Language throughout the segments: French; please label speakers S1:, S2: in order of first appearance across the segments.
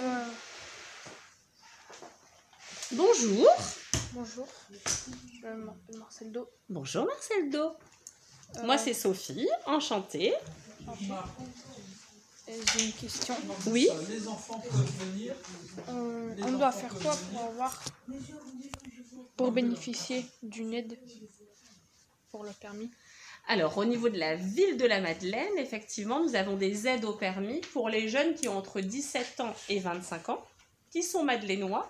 S1: Euh,
S2: Bonjour.
S1: bonjour. Euh, Je m'appelle Marcel Do.
S2: Bonjour Marcel Do. Euh,
S1: Euh,
S2: Moi c'est Sophie, enchantée.
S1: J'ai une question.
S2: Oui.
S3: Euh, Les enfants peuvent venir.
S1: Euh, on doit faire quoi pour avoir. pour bénéficier d'une aide pour le permis
S2: Alors au niveau de la ville de la Madeleine, effectivement, nous avons des aides au permis pour les jeunes qui ont entre 17 ans et 25 ans, qui sont madeleinois.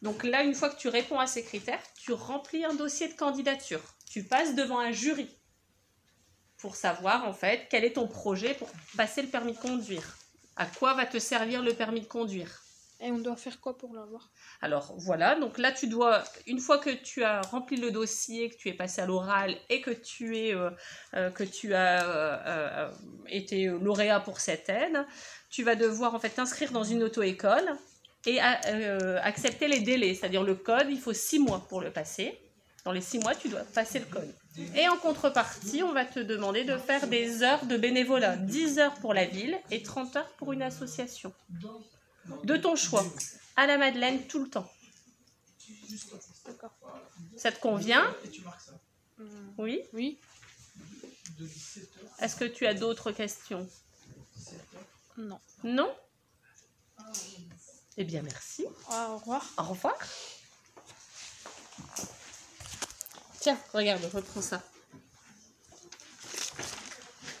S2: Donc là, une fois que tu réponds à ces critères, tu remplis un dossier de candidature. Tu passes devant un jury pour savoir en fait quel est ton projet pour passer le permis de conduire. À quoi va te servir le permis de conduire
S1: Et on doit faire quoi pour l'avoir
S2: Alors voilà, donc là tu dois, une fois que tu as rempli le dossier, que tu es passé à l'oral et que tu, es, euh, euh, que tu as euh, euh, été lauréat pour cette aide, tu vas devoir en fait t'inscrire dans une auto-école et a- euh, accepter les délais, c'est-à-dire le code, il faut six mois pour le passer. Dans les six mois, tu dois passer le code. Et en contrepartie, on va te demander de faire des heures de bénévolat, 10 heures pour la ville et 30 heures pour une association. De ton choix à la Madeleine tout le temps.
S1: D'accord.
S2: Ça te convient
S3: Et tu marques ça.
S1: Hum,
S2: Oui.
S1: oui.
S3: De 17h
S2: Est-ce que tu as d'autres questions
S3: à 17h.
S1: Non.
S2: Non Eh bien, merci.
S1: Ah, au revoir.
S2: Au revoir. Tiens, regarde, reprends ça.